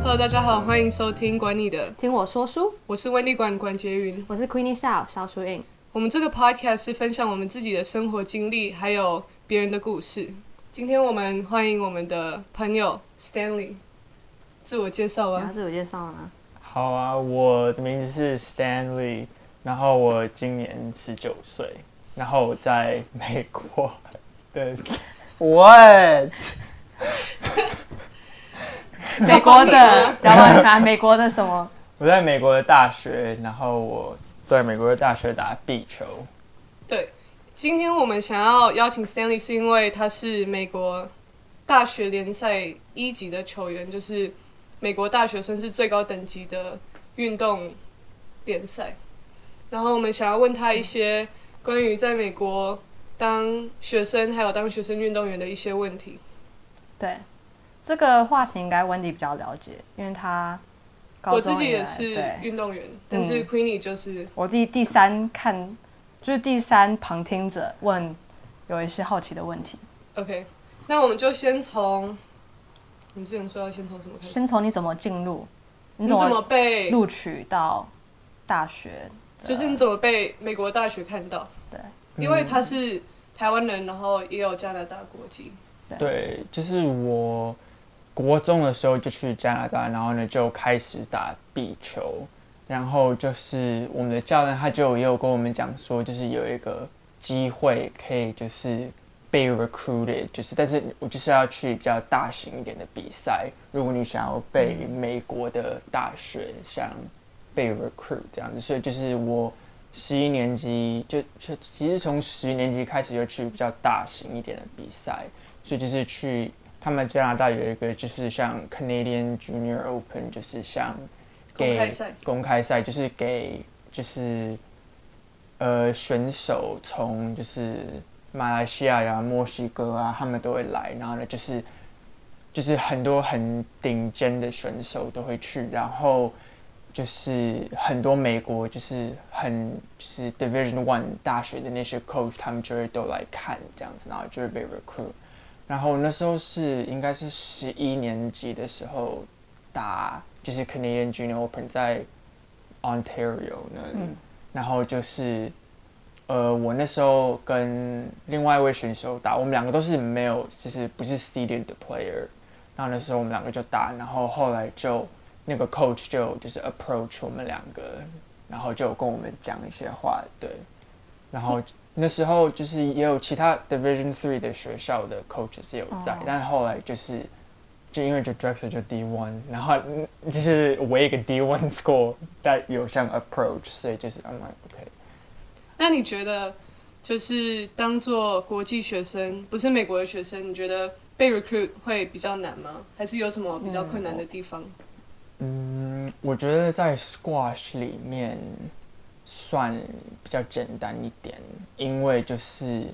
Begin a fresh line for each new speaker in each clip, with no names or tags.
Hello，大家好，欢迎收听管你的，
听我说书，
我是温蒂管管洁云。
我是 Queenie Shao 邵淑颖。
我们这个 podcast 是分享我们自己的生活经历，还有别人的故事。今天我们欢迎我们的朋友 Stanley，自我介绍
然
吧
后。自我介绍 呢？
好啊，我的名字是 Stanley，然后我今年十九岁，然后我在美国的 What？
美国的，然后拿美国的什么？
我在美国的大学，然后我在美国的大学打壁球。
对，今天我们想要邀请 Stanley 是因为他是美国大学联赛一级的球员，就是美国大学算是最高等级的运动联赛。然后我们想要问他一些关于在美国当学生还有当学生运动员的一些问题。
对，这个话题应该 Wendy 比较了解，因为他高
我
中
自己
以来
也是
对，嗯
运动员，但是 Queenie 就是
我第第三看，就是第三旁听者问有一些好奇的问题。
OK。那我们就先从我们之前说要先从什么开始？
先从你怎么进入，你
你
怎
怎
么
么被
录取到大学？
就是你怎么被美国大学看到？
对，
因为他是台湾人，然后也有加拿大国籍。
对，就是我国中的时候就去加拿大，然后呢就开始打壁球，然后就是我们的教练他就也有跟我们讲说，就是有一个机会可以就是被 recruited，就是但是我就是要去比较大型一点的比赛，如果你想要被美国的大学像被 recruit 这样子，所以就是我。十一年级就就其实从十年级开始就去比较大型一点的比赛，所以就是去他们加拿大有一个就是像 Canadian Junior Open，就是像给
公开赛，
公开赛就是给就是呃选手从就是马来西亚呀、墨西哥啊，他们都会来，然后呢就是就是很多很顶尖的选手都会去，然后。就是很多美国就是很就是 Division One 大学的那些 coach，他们就会都来看这样子，然后就会被 recruit。然后那时候是应该是十一年级的时候打就是 Canadian Junior Open 在 Ontario 那里，然后就是呃我那时候跟另外一位选手打，我们两个都是没有就是不是 seeded 的 player，然后那时候我们两个就打，然后后来就那个 coach 就就是 approach 我们两个，然后就有跟我们讲一些话，对，然后那时候就是也有其他 Division Three 的学校的 coaches 也有在，
哦
但后来就是就因为就 Drexel 就 D one，然后嗯就是唯一一个 D one score 但有像 approach，所以就是 I'm like OK，
那你觉得，就是当做国际学生，不是美国的学生，你觉得被 recruit 会比较难吗？还是有什么比较困难的地方？
嗯，我觉得在 squash 里面算比较简单一点，因为就是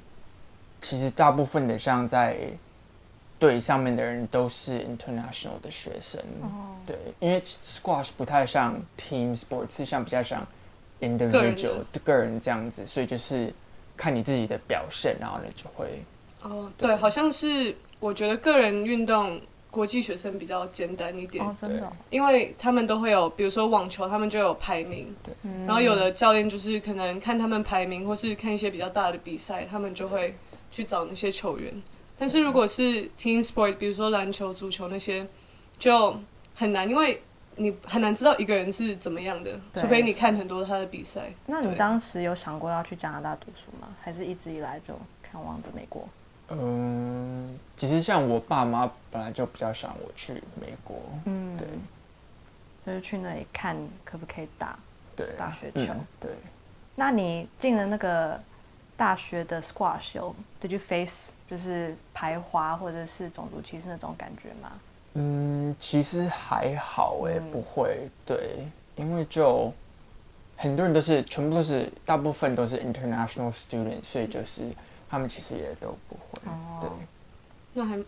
其实大部分的像在队上面的人都是 international 的学生，
嗯
哦
对，因为 squash 不太像 team sport，是像比较像 individual 个人这样子，所以就是看你自己的表现，然后呢就会
哦，对，好像是我觉得个人运动国际学生比较简单一点，
哦，真的哦，
因为他们都会有，比如说网球，他们就有排名，
嗯
然后有的教练就是可能看他们排名，或是看一些比较大的比赛，他们就会去找那些球员。但是如果是 team sport，比如说篮球、足球那些，就很难，因为你很难知道一个人是怎么样的，
对
除非你看很多他的比赛。
那你
对
当时有想过要去加拿大读书吗？还是一直以来就看望着美国？
嗯，其实像我爸妈本来就比较想我去美国，
嗯
对，
就是去那里看可不可以打。
对，
打雪
嗯
球
对，
那你进了那个大学的 squash 有 did you face 就是排华或者是种族歧视那种感觉吗？
嗯，其实还好哎、
嗯
不会，对，因为就很多人都是全部都是，大部分都是 international student，所以就是他们其实也都不会，
哦
对，
那还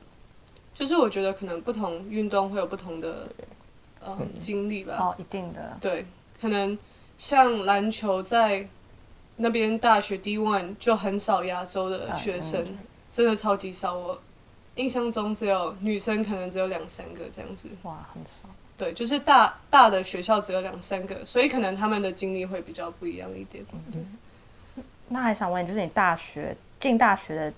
就是我觉得可能不同运动会有不同的呃经历吧。
哦，一定的，
对，可能像篮球在那边大学 D one 就很少亚洲的
哎
学生，
嗯
真的超级少。我印象中只有女生可能只有两三个这样子。
哇，很少。
对，就是大大的学校只有两三个，所以可能他们的经历会比较不一样一点。
嗯那还想问你，就是你大学进大学的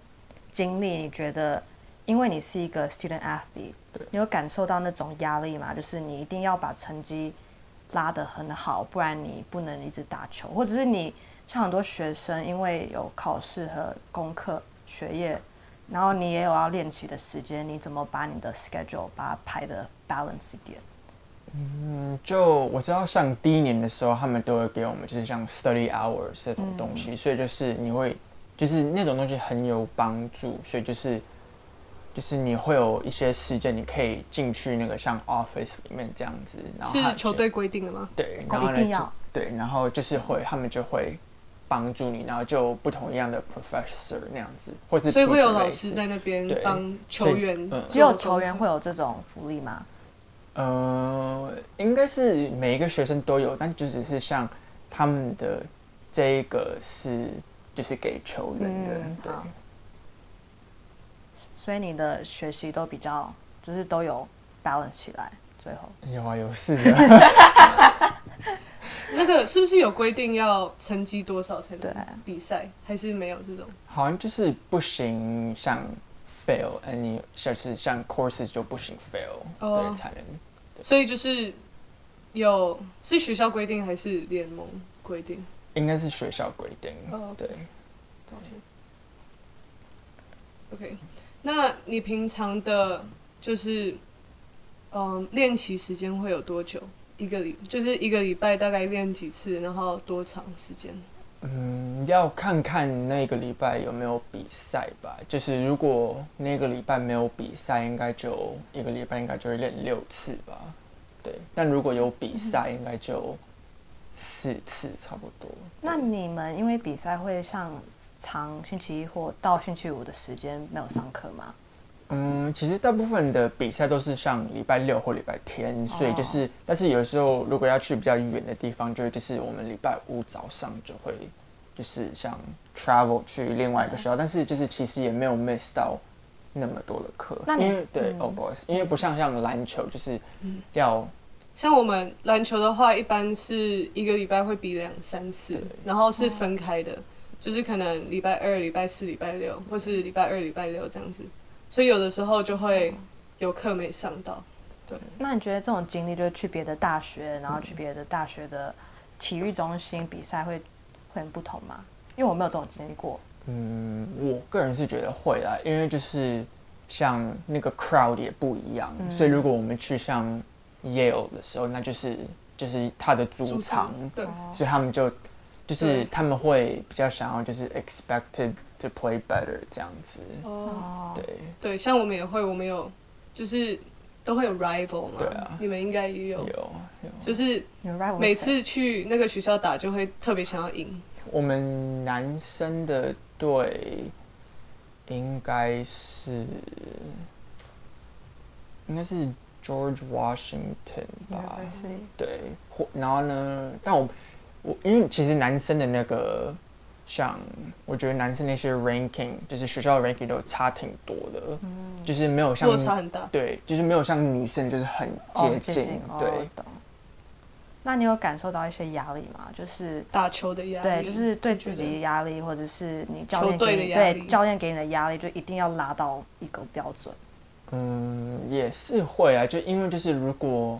经历，你觉得，因为你是一个 student athlete，你有感受到那种压力吗？就是你一定要把成绩拉得很好，不然你不能一直打球，或者是你像很多学生，因为有考试和功课、学业，然后你也有要练习的时间，你怎么把你的 schedule 把它排的 balance 一点？
就我知道，像第一年的时候，他们都会给我们就是像 study hours 这种东西，所以就是你会，就是那种东西很有帮助，所以就是，就是你会有一些时间，你可以进去那个像 office 里面这样子，然后他
是
就
球队规定的吗？
对，
哦
然后
一
呢、
定
就
要
对，然后就是会他们就会帮助你，然后就不同样的 professor 那样子，或是
所以会有
tutor
老
类
师
似
在那边
对
帮球员做
嗯
功课，
只有球员会有这种福利吗？
呃，应该是每一个学生都有，但就只是像他们的这一个是就是给球员的，
嗯
对
好所以你的学习都比较，就是都有 balance 起来，最后。
有啊有是的，
那个是不是有规定要成绩多少才
对
能比赛，还是没有这种？
好像就是不行，像 fail，呃，你像是像 courses 就不行 fail，、
哦
对才能。
所以就是有是学校规定还是联盟规定？
应该是学校规定
哦
对，
OK，那你平常的，就是，嗯，练习时间会有多久？一个礼就是一个礼拜大概练几次，然后多长时间？
嗯，要看看那个礼拜有没有比赛吧。就是如果那个礼拜没有比赛，应该就一个礼拜应该就会练六次吧。对，但如果有比赛，应该就四次差不多。
那你们因为比赛会上长星期一或到星期五的时间没有上课吗？
嗯，其实大部分的比赛都是像礼拜六或礼拜天，所以就是，但是有时候如果要去比较远的地方，就会就是我们礼拜五早上就会，就是像 travel 去另外一个学校，但是就是其实也没有 miss 到那么多的课，
那你
因为对、哦不好意思，因为不像像篮球就是要
像我们篮球的话，一般是一个礼拜会比两三次，然后是分开
哦
的，就是可能礼拜二、礼拜四、礼拜六，或是礼拜二、礼拜六这样子。所以有的时候就
哦
会有课没上到。
那你觉得这种经历，就是去别的大学，然后去别的大学的体育中心比赛会会很不同吗？因为我没有这种经历过。
嗯，我个人是觉得会啦，因为就是像那个 crowd 也不一样，所以如果我们去像 Yale 的时候，那就是就是他的主
主
场
场，对，
所以他们就就是
哦对
他们会比较想要就是 expected to play better 这样子，
哦，
哦，
对，
对，像我们也会，我们有就是都会有 rival 嘛，
对啊
你们应该也
有
有，
有，
就是
你们 rival
每
是谁
次去那个学校打，就会特别想要赢。
我们男生的队应该是应该是 George Washington 吧。
University
对，或然后呢，但我我因为其实男生的那个，像我觉得男生那些 ranking，就是学校的 ranking 都差挺多的，
嗯
就是没有
嗯
像
落差很大。
对，就是没有像女生就是很
哦
接近，
哦
对。
我懂。那你有感受到一些压力吗？就是
打球的压
对，
力，
就是对自
觉
己
得
的压力，或者是你教练
球队
给
的
你
压
对
力
教练给你的压力，就一定要拉到一个标准。
嗯，也是会啊，就因为就是如果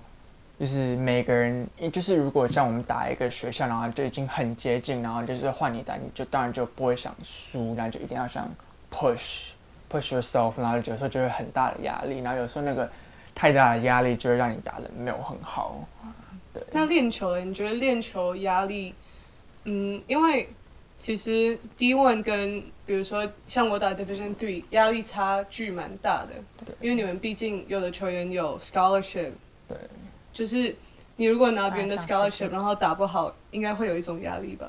就是每个人，因就是如果像我们打一个学校，然后就已经很接近，然后就是换你打，你就当然就不会想输，然后就一定要想 push push yourself，然后有时候就会很大的压力，然后有时候那个太大的压力就会让你打的没有很好。
那练球嘞，你觉得练球压力？嗯，因为其实 D one 跟比如说像我打 Division Three 压力差距蛮大的，因为你们毕竟有的球员有 scholarship，
对，
就是你如果拿别人的
啊打
scholarship 然后打不好，应该会有一种压力吧？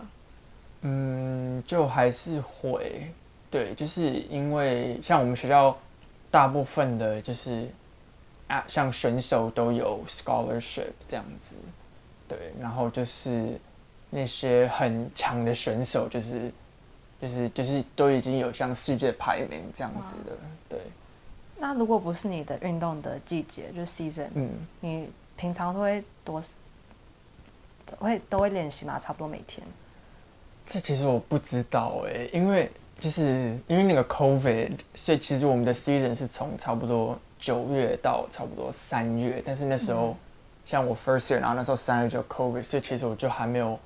嗯，就还是会，对，就是因为像我们学校大部分的，就是啊，像选手都有 scholarship 这样子，对，然后就是那些很强的选手，就是就是就是都已经有像世界排名这样子的，对，
那如果不是你的运动的季节，就是 season，
嗯。
你平常都会多都会都会练习嘛，差不多每天。
这其实我不知道哎、因为就是因为那个 COVID，所以其实我们的 season 是从差不多九月到差不多三月，但是那时候、像我 first year，然后那时候三月就 COVID，所以其实我就还没有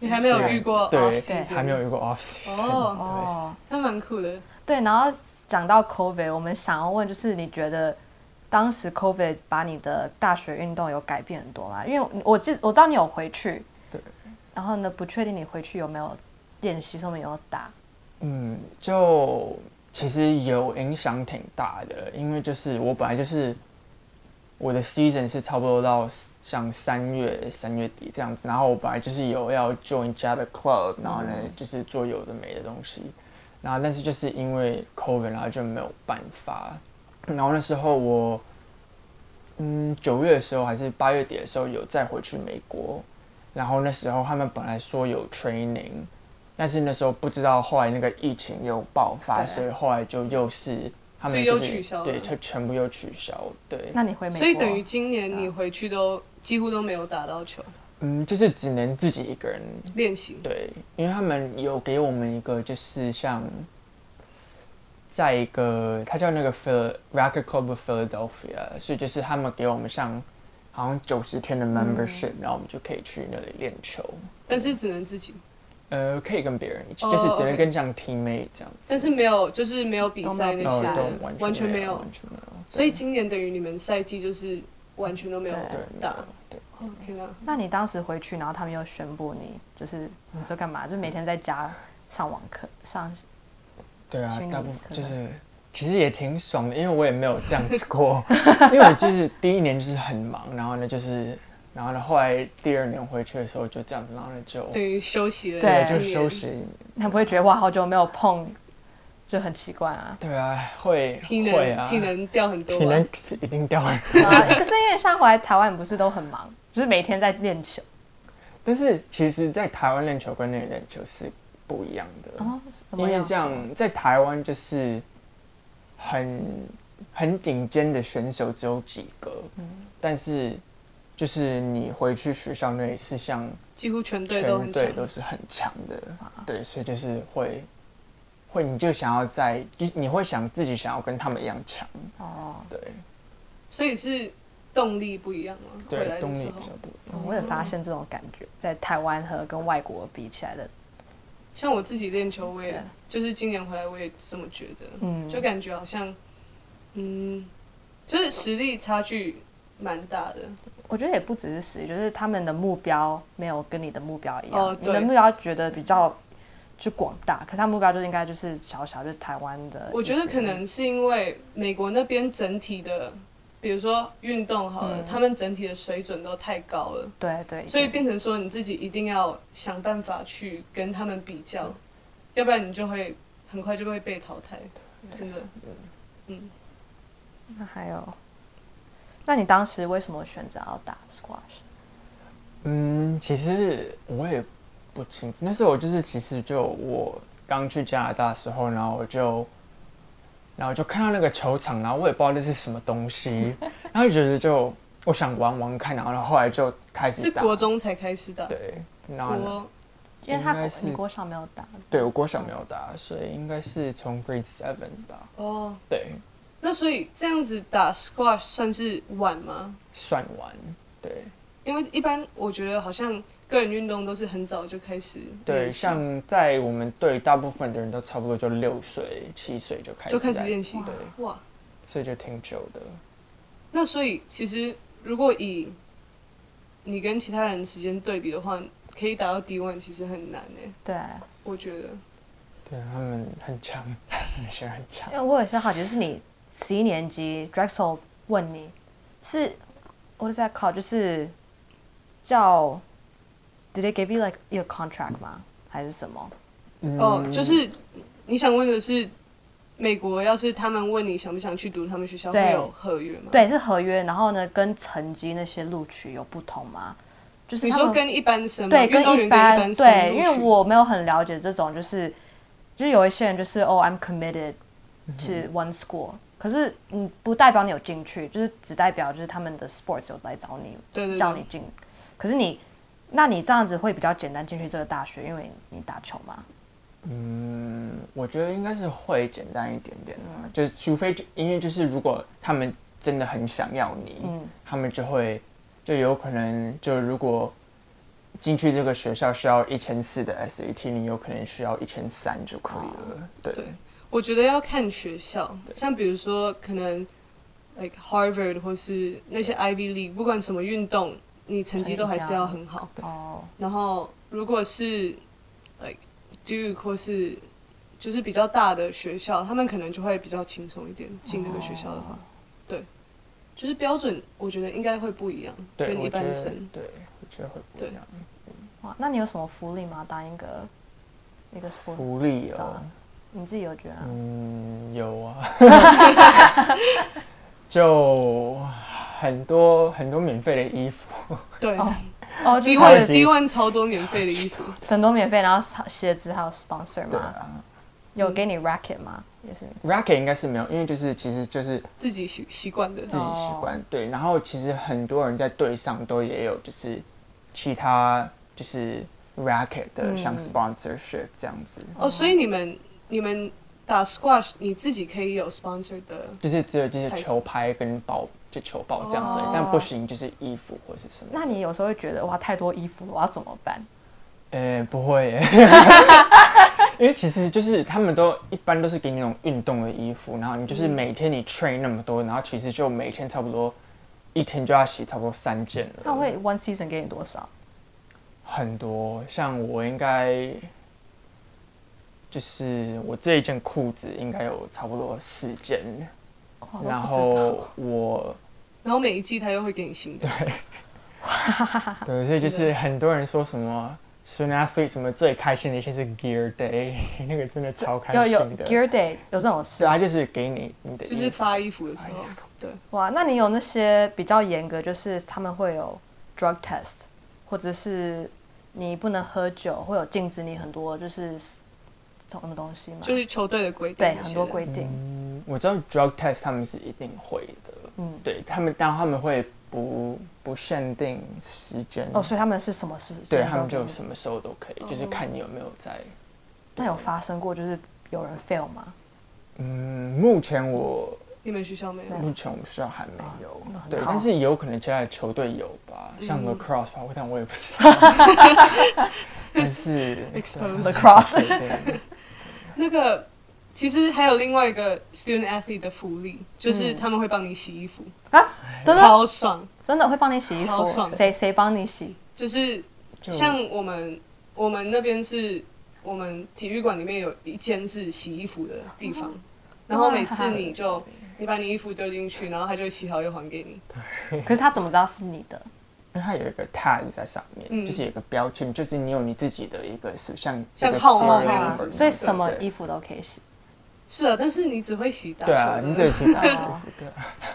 你还没有遇过
对
off season，
还没有遇过 off season，、
哦
哦，
那蛮酷的。
对，然后讲到 COVID，我们想要问就是你觉得当时 COVID 把你的大学运动有改变很多吗？因为我记我知道你有回去，
对，
然后呢不确定你回去有没有练习，上面有没有打，
嗯，就其实有影响挺大的，因为就是我本来就是我的 season 是差不多到像三月三月底这样子，然后我本来就是有要 join 家的 club，然后呢
嗯
就是做有的没的东西，然后但是就是因为 covid，然后就没有办法，然后那时候我嗯九月的时候还是八月底的时候有再回去美国，然后那时候他们本来说有 training。但是那时候不知道，后来那个疫情又爆发，
对
所以后来就又是他
所
们
以
就
又
是
取消
对，
了
就全部又取消。对，
那你回美国，啊
所以等于今年你回去都几乎都没有打到球
嗯，就是只能自己一个人。
练习。
对，因为他们有给我们一个，就是像，在一个，它叫那个 Phil Racket Club of Philadelphia，所以就是他们给我们像好像九十天的
嗯
membership，、然后我们就可以去那里练球。
但是只能自己，
呃，可以跟别人一起
哦
就是只能
OK
跟像 teammate 这样子。
但是没有，就是没有比赛
都没
那
有
些
哦
比赛
的
都完，
完全
全
没有
完。全没有。
所以今年等于你们赛季就是完全都没有
对，没
打
有。对。
哦天啊！
那你当时回去，然后他们又宣布你就是你在干嘛？就每天在家上网课上，
对啊
虚，拟
大部
可
分就
能
是其实也挺爽的，因为我也没有这样子 过，因为我就是第一年就是很忙，然后呢就是，然后呢后来第二年回去的时候就这样子，然后呢就
等于休息了，
对
对就休。息，。
你不会觉得哇好久没有碰，就很奇怪啊
对啊，会
体
会
能、
啊，
体能掉很多
体
吧，
能是一定掉完，
啊，可是因为像回来台湾不是都很忙，就是每天在练球。
但是其实，在台湾练球跟那里练球是不一样的，
哦，怎
因
么
为
样？
这样在台湾就是很很顶尖的选手只有几个，
嗯
但是就是你回去学校那里是像
几乎全队
全
都很强啊
队。都是很强的，对，所以就是会会你就想要在就你会想自己想要跟他们一样强，
哦，
对
所以是动力不一样吗？回
对，
来
动
的
力
时候
比较，不
嗯
一样。
我也发现这种感觉，在台湾和跟外国比起来的，
像我自己练球，我
对
也就是今年回来，我也这么觉得，
嗯，
就感觉好像，嗯，就是实力差距蛮大的。
我觉得也不只是实力，就是他们的目标没有跟你的目标一样，
哦
你的
对
目标觉得比较就广大，可是他们目标就应该就是小小，就是台湾的。
我觉得可能是因为美国那边整体的，比如说运动好了，他们整体的水准都太高了，
对对，
所以变成说你自己一定要想办法去跟他们比较，要不然你就会很快就会被淘汰，真的。
那还有，那你当时为什么选择要打 squash？
嗯，其实我也不清楚，那时候我就是其实就我刚去加拿大的时候，然后我就。然后就看到那个球场，然后我也不知道那是什么 东西，然后就觉得就我想玩玩看，然后后来就开始
是
打。
国中才开始打，
对，然后呢？
国
因为他
应该
国
是
你国小没有打，
对我国小没有打，所以应该是从 Grade Seven 吧。
哦。
对，
那所以这样子打 squash 算是晚吗？
算完，对
因为一般我觉得好像个人运动都是很早就开始
对，
练习
像在我们队，大部分的人都差不多就六岁、七岁就开始
就开始
在
练习
对，
哇。
所以就挺久的。
那所以其实如果以你跟其他人时间对比的话，可以打到 D one 其实很难诶、
对，
我觉得。
对他们很强， 那些人很强
因。为我有些好奇，就是你十一年级 Drexel 问你是 what is that called？就是叫 Did they give you like your contract 吗？还是什么？嗯
哦，
嗯
就是你想问的是，美国要是他们问你想不想去读他们学校，
对
会有合约吗？。
对，是合约，然后呢，跟成绩那些录取有不同吗？就是
你
他
说
们
跟一般生吗
对
嗯运动员
一
跟一
般
般生录
对，
取
因为我没有很了解这种，就是就是有一些人就是哦、i
嗯
m committed to one school，可是你不代表你有进去，就是只代表就是他们的 sports 有来找你，
对对对
叫你进。可是你，那你这样子会比较简单进去这个大学，因为你打球嘛。
嗯，我觉得应该是会简单一点点的、就是除非就因为就是如果他们真的很想要你，
嗯
他们就会就有可能就如果进去这个学校需要一千四的 SAT，你有可能需要一千三就可以了。对，
对我觉得要看学校，像比如说可能 like Harvard 或是那些 Ivy League，不管什么运动，你成绩都还是要很好。
哦，
然后如果是 like Duke 或是就是比较大的学校，他们可能就会比较轻松一点进那个学校的话，对，就是标准我觉得应该会不一样，
对，
跟
我
一
觉
般
得
生。
对，我觉得会不一样。
哇，那你有什么福利吗？当一个一个 sport，
福利
对
哦
啊，你自己有觉得、啊？
嗯，有啊， 就很多很多免费的衣服。
对，
哦，就
低
是
万
级
低万超多免费的衣服，
很多免费，然后鞋子还有 sponsor
对
嘛，
啊
有给你 racket 吗？也是
Racket 应该是没有，因为就是其实就是
自己习习惯的。
自己习惯。对，然后其实很多人在队上都也有就是其他就是 Racket 的像 sponsorship 这样子，
哦，所以你们你们打 squash，你自己可以有 sponsor 的
就是只有就是
还是
球拍跟包就球包这样子而已，
哦
但不行就是衣服或是什么。
那你有时候会觉得哇，太多衣服了，我要怎么办？
呃，不会耶， 因为其实就是他们都一般都是给你那种运动的衣服，然后你
嗯
就是每天你 train 那么多，然后其实就每天差不多一天就要洗差不多三件了。
那会 one season 给你多少？
很多，像我应该就是我这一件裤子应该有差不多四件，
哇我都不知道
然后 我
然后每一季他又会给你新的，
对，所以就
真
是很多人说什么 s o n athlete 什么最开心的一些是 Gear Day，那个真的超开
有有
心的。
Gear Day 有这种事
对，啊他就是给你你的衣服，
就是发衣服的时候，对，
哇？那你有那些比较严格，就是他们会有 drug test，或者是你不能喝酒，会有禁止你很多就是什么东西吗？
就是球队的规定
对
那些的，
很多规定，
嗯我知道 drug test 他们是一定会的，
嗯，
对他们，但他们会不不限定时间，
哦，所以他们是什么事？
对
什么
他们就
都
什么时候都可以，就是
哦
看你有没有在。
那有发生过就是有人 fail 吗？
嗯，目前我
你们学校没有？
目前我们学校还没有，
哦那很
对，
好嗯
但是有可能其他的球队有吧，像 lacrosse 吧，但我也不知道。 但是
Exposed
对
Lacrosse
对对
那个其实还有另外一个 student athlete 的福利，就是他们会帮你洗衣服，
嗯真的
超爽。
真的会帮你洗衣
超
服？
爽的
谁谁帮你 洗？
就是
就
像我们我们那边是我们体育馆里面有一间是洗衣服的地方，
哦
然后每次你就你把你衣服丢进去，然后他就会洗好又还给你。
可是他怎么知道是你的？
因为它有一个 tag 在上面，
嗯
就是有一个标签，就是你有你自己的一个是像
像
一个
号码
serial
哦那样子
number
啊所以什么
对
衣服都可以洗。
是啊，但是你只会洗打
对啊，
球
你
的，
这是
哦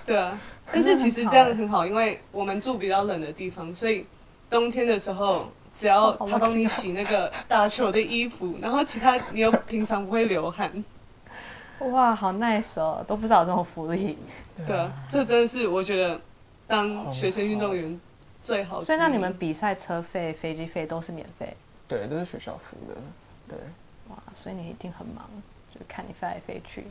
对啊。但是其实这
欸
样很好，因为我们住比较冷的地方，所以冬天的时候。只要
哦好
他帮你洗那个打球的衣服，然后其他你又平常不会流汗，
哇，好 nice 哦，都不知道有这种福利。
对啊，这真的是我觉得当学生运动员最好之一。
所以那你们比赛车费、飞机费都是免费
对，都是学校付的，对。
哇，所以你一定很忙，就看你飞来飞去。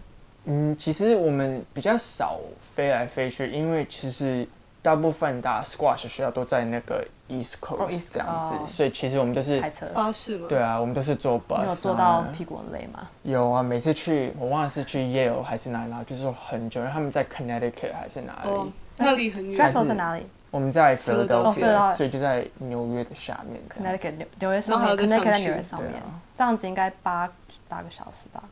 嗯，其实我们比较少飞来飞去，因为其实大部分打 squash 的学校都在那个 East Coast
East-
这样子，
哦
所以其实我们就是
开车，
巴士吗？
对啊，我们都是坐 bus
你
啊。
有坐到屁股很累吗？
有啊，每次去我忘了是去 Yale 还是哪里，然后就是很久，因为他们在 Connecticut 还是哪里，
哦，那离很
那
远
时，候在哪里哦
我们在
Philadelphia
Philadelphia，所以就在纽约的下面这样。
？Connecticut 纽纽约上
然后还
面
要再
，Connecticut
上
在
去
纽约上面
对啊，
这样子应该八八个小时吧？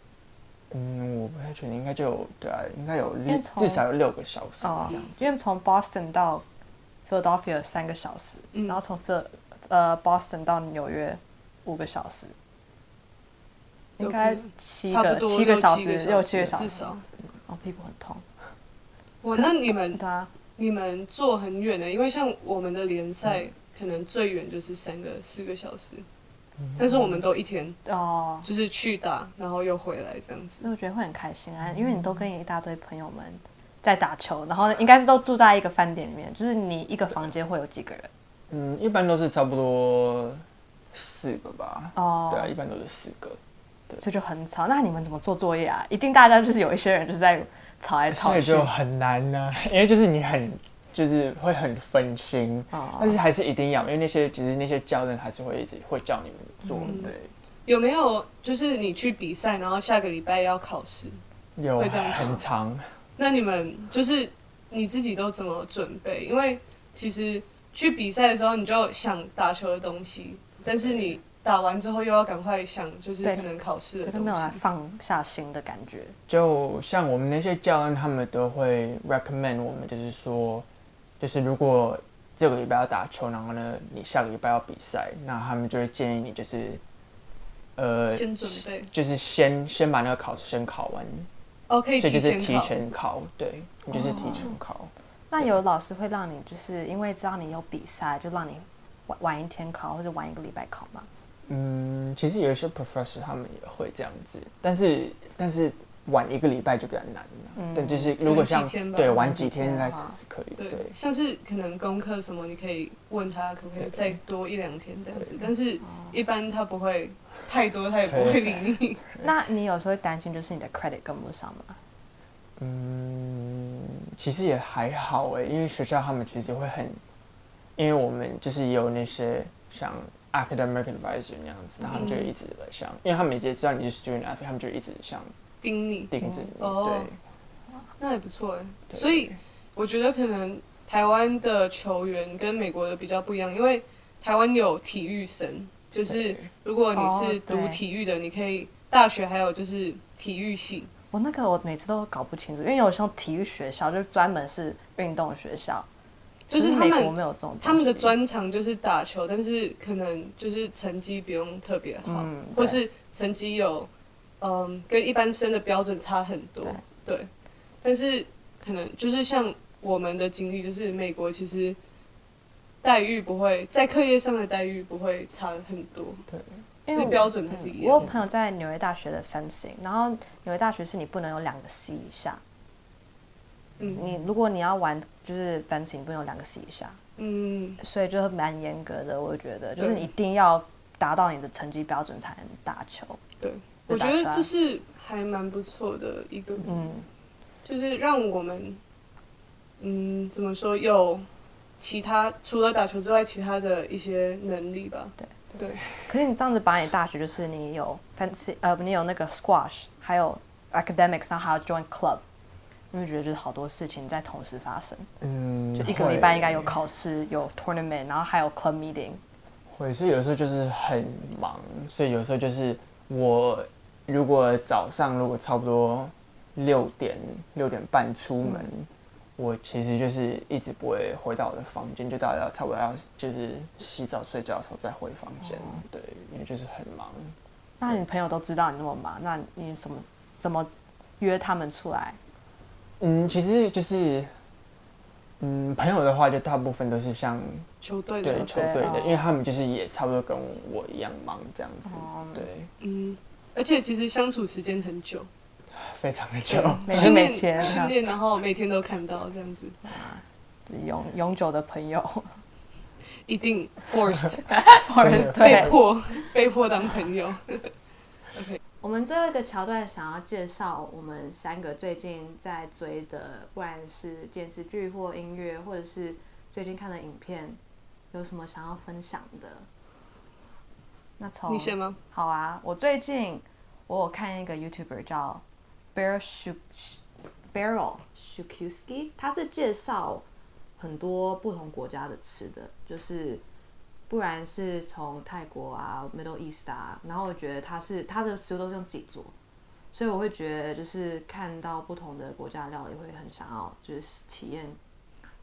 嗯，我不太确定，应该就有对啊，应该有
为
六
从
至少有六个小时
哦
这样子。，
因为从 Boston 到 Philadelphia 三个小时，
嗯
然后从 Phil 呃 Boston 到纽约五个小时，
有
应
可
该
能
七
差
个
不多
个
六个
小时，
小
七个小
至
时，
少。
哦，屁股很痛。
哇，那你们
对啊，
你们坐欸
嗯
很远的，因为像我们的联赛，可能最远就是三个四个小时，
嗯
但是我们都一天
哦，
就是去打，然后又回来这样子。
那我觉得会很开心啊，因为你都跟一大堆朋友们在打球，然后应该是都住在一个饭店里面，就是你一个房间会有几个人
嗯，一般都是差不多四个吧。
哦，
对啊，一般都是四个。
所以就很吵。那你们怎么做作业啊？一定大家就是有一些人就是在吵来
哎所
吵
以
去，
就很难呢、啊因为就是你很就是会很分心，
哦
但是还是一定要，因为那些其实那些教练还是会一直会叫你们做，
嗯
对，
有没有就是你去比赛，然后下个礼拜要考试？
有
会这样子吗
很长，
那你们就是你自己都怎么准备？因为其实去比赛的时候，你就想打球的东西，但是你打完之后又要赶快想，就是
对
可能考试的
就都没
东
有啊
西
来。放下心的感觉。
就像我们那些教练，他们都会 recommend 我们，就是说，就是如果这个礼拜要打球，然后呢，你下个礼拜要比赛，那他们就会建议你就是，呃，
先准备
就是先先把那个考试先考完，
哦，可以
所以就
提前
是提
考。哦
前考，对，你就是提前考。
那有老师会让你就是因为知道你有比赛，就让你晚晚一天考或者晚一个礼拜考吗？
嗯，其实有一些 professor 他们也会这样子，但是但是晚一个礼拜就比较难了。
嗯
但就是如果
可
像
能几天吧啊
对
可
晚
能几
几天
天
应该
的
是
话
可以的，
对
对，
像是可能功课什么，你可以问他可不可以
对
再多一两天这样子，但是一般他不会太多，他也不会理你。
那你有时候会担心就是你的 credit 跟不上吗？
嗯，其实也还好哎，因为学校他们其实会很，因为我们就是也有那些像 academic advisor 那样子，
嗯
那他们就一直来像，因为他们也知道你是 student athlete，他们就一直像
盯你，
盯着你，
哦
对。
那也不错哎。
对
所以我觉得可能台湾的球员跟美国的比较不一样，因为台湾有体育生，就是
对
如果你是
哦对
读体育的，你可以大学还有就是体育系，
我那个我每次都搞不清楚，因为有时候体育学校就专门是运动学校，
就
可
是
是
他
美国
们
没有这种东西
他们的专长就是打球，但是可能就是成绩不用特别好，
嗯对
或是成绩有嗯跟一般生的标准差很多，对，但是可能就是像我们的经历，就是美国其实待遇不会在课业上的待遇不会差很多，所
因为
以
我嗯
标准还是一
我有
样。
朋友在纽约大学的 fencing，然后纽约大学是你不能有两个 C 以下，
嗯
你如果你要玩就是 fencing 不能有两个 C 以下，
嗯，
所以就蛮严格的，我觉得就是
对
你一定要达到你的成绩标准才能打球。
对，
就
我
打
觉得
出来
这是还蛮不错的一个
嗯，
就是让我们，嗯，怎么说有其他除了打球之外，其他的一些能力吧。
对
对，
可是你这样子把你大学就是你有 fancy 呃，你有那个 squash，还有 academics，然后还要 join club，你会觉得就是好多事情在同时发生。
嗯，
就一个
会
礼拜应该有考试，有 tournament，然后还有 club meeting。
会，所以有时候就是很忙，所以有时候就是我如果早上如果差不多六点六点半出门，
嗯
我其实就是一直不会回到我的房间，就大概要差不多要就是洗澡睡觉的时候再回房间，
哦
对，因为就是很忙。
那你朋友都知道你那么忙，那你什么怎么约他们出来？
嗯，其实就是。嗯，朋友的话就大部分都是像
球队
对
的，
球队
哦
的，因为他们就是也差不多跟我一样忙这样子，
哦
对，
嗯，而且其实相处时间很久，嗯
非常的久。
每
失
天每
恋
天
失恋，然后每天都看到这样子，
永永久的朋友，
一 定 forced 被
对。
迫被迫当朋友。
我们最后一个桥段想要介绍我们三个最近在追的，不管是电视剧或音乐，或者是最近看的影片，有什么想要分享的？
那从
你先吗？
好啊，我最近我有看一个 YouTuber 叫 Bear Shu Barrel，
s h u k u s k i 他是介绍很多不同国家的吃的，就是不然是从泰国啊、Middle East 啊，然后我觉得他是他的食物都是用自己做，所以我会觉得就是看到不同的国家的料理会很想要就是体验。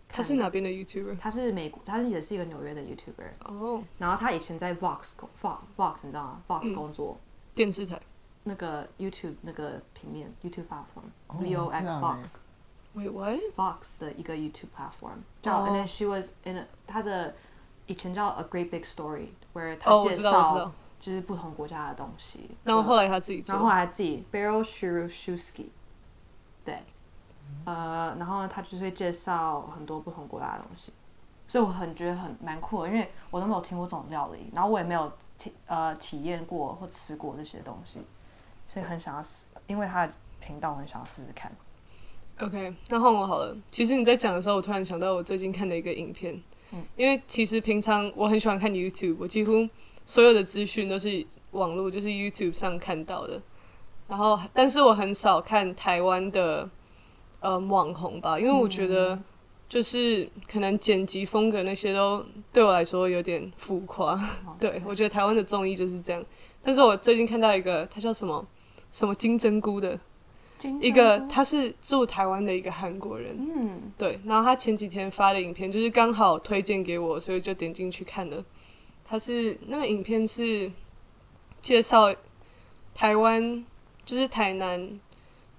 他是哪边的 YouTuber？
他是美国，他也是一个纽约的 YouTuber，
哦，
然后他以前在 Vox 工 Vox Vox 你知道吗？Vox 工作、
电视台，
那个 YouTube 那个平面 YouTube platform
哦
我
Leo
知道
X
欸
Vox
Wait what？
Vox 的一个 YouTube platform，叫、
哦
And then she was in a, 她的以前叫 A Great Big Story，where
哦，
她
我
介
知道，我知
绍
道，
就是不同国家的东西。
然后后来他自己做，
然后后来自己 Barrel Shirushuski，对，呃，然后呢，他就是会介绍很多不同国家的东西，所以我很觉得很蛮酷的，因为我都没有听过这种料理，然后我也没有体呃体验过或吃过这些东西，所以很想要试，因为他的频道我很想要试试看。
OK，那换我好了。其实你在讲的时候，我突然想到我最近看的一个影片，因为其实平常我很喜欢看 YouTube，我几乎所有的资讯都是网络，就是 YouTube 上看到的。然后，但是我很少看台湾的呃网红吧，因为我觉得就是可能剪辑风格那些都对我来说有点浮夸。 对我觉得台湾的综艺就是这样。但是我最近看到一个，它叫什么什么金针菇的，一个他是住台湾的一个韩国人，
嗯，
对，然后他前几天发的影片就是刚好推荐给我，所以就点进去看了。他是那个影片是介绍台湾，就是台南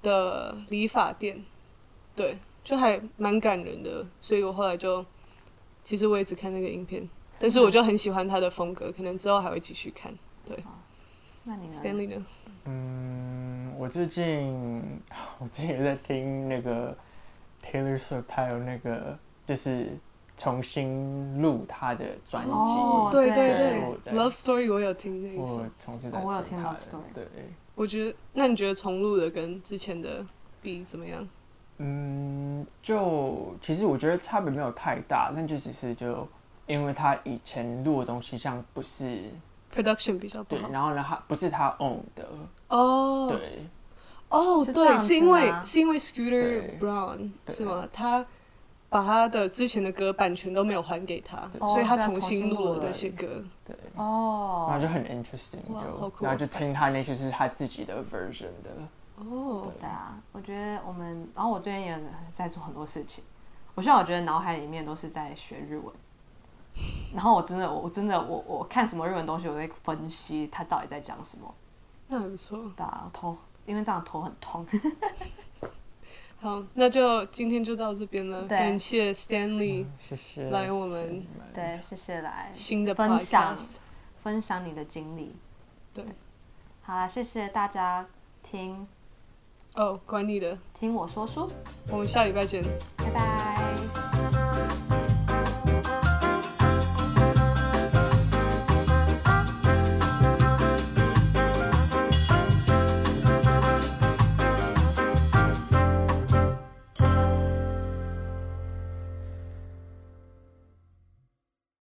的理发店，对，就还蛮感人的，所以我后来就其实我也只看那个影片，但是我就很喜欢他的风格，可能之后还会继续看。
那你呢？
Stanley 呢？
嗯，我最近我最近也在听那个 Taylor Swift，还有那个就是重新录他的专辑。
哦
对
对
对
我在
，Love Story 我有听那一首
我。重新在
哦我有
听
听
他
Love
的
Story
对，
我觉得，那你觉得重录的跟之前的比怎么样？
嗯，就其实我觉得差别没有太大，但就只是就因为他以前录的东西像不是
production 比较不
对，
好。
然后呢，他不是他 own 的，
嗯
哦
对，
哦，
是这样
对，
子
是因为
吗
是因为
对
Scooter Brown
对
是吗？他把他的之前的歌版权都没有还给他，
对
所以
哦
他
是他
重
重
新
新
录
录
了
了
那些歌。
对，然后
哦，
就很 interesting，
哇好酷
就然后就听他那些是他自己的 version 的，
哦，
对啊，我觉得我们，然后我最近也在做很多事情。我现在我觉得脑海里面都是在学日文，然后我真的，我真的，我我看什么日文东西，我会分析他到底在讲什么。
那还不错。
对啊，我头因为这样头很痛。
好，那就今天就到这边了，
对
感谢 Stanley
嗯谢谢。
来我们
谢谢你们，
对，谢谢来
新的
分享
podcast。
分享你的经历。
对，
好啦，谢谢大家听
哦，管你的，
听我说书，
我们下礼拜见，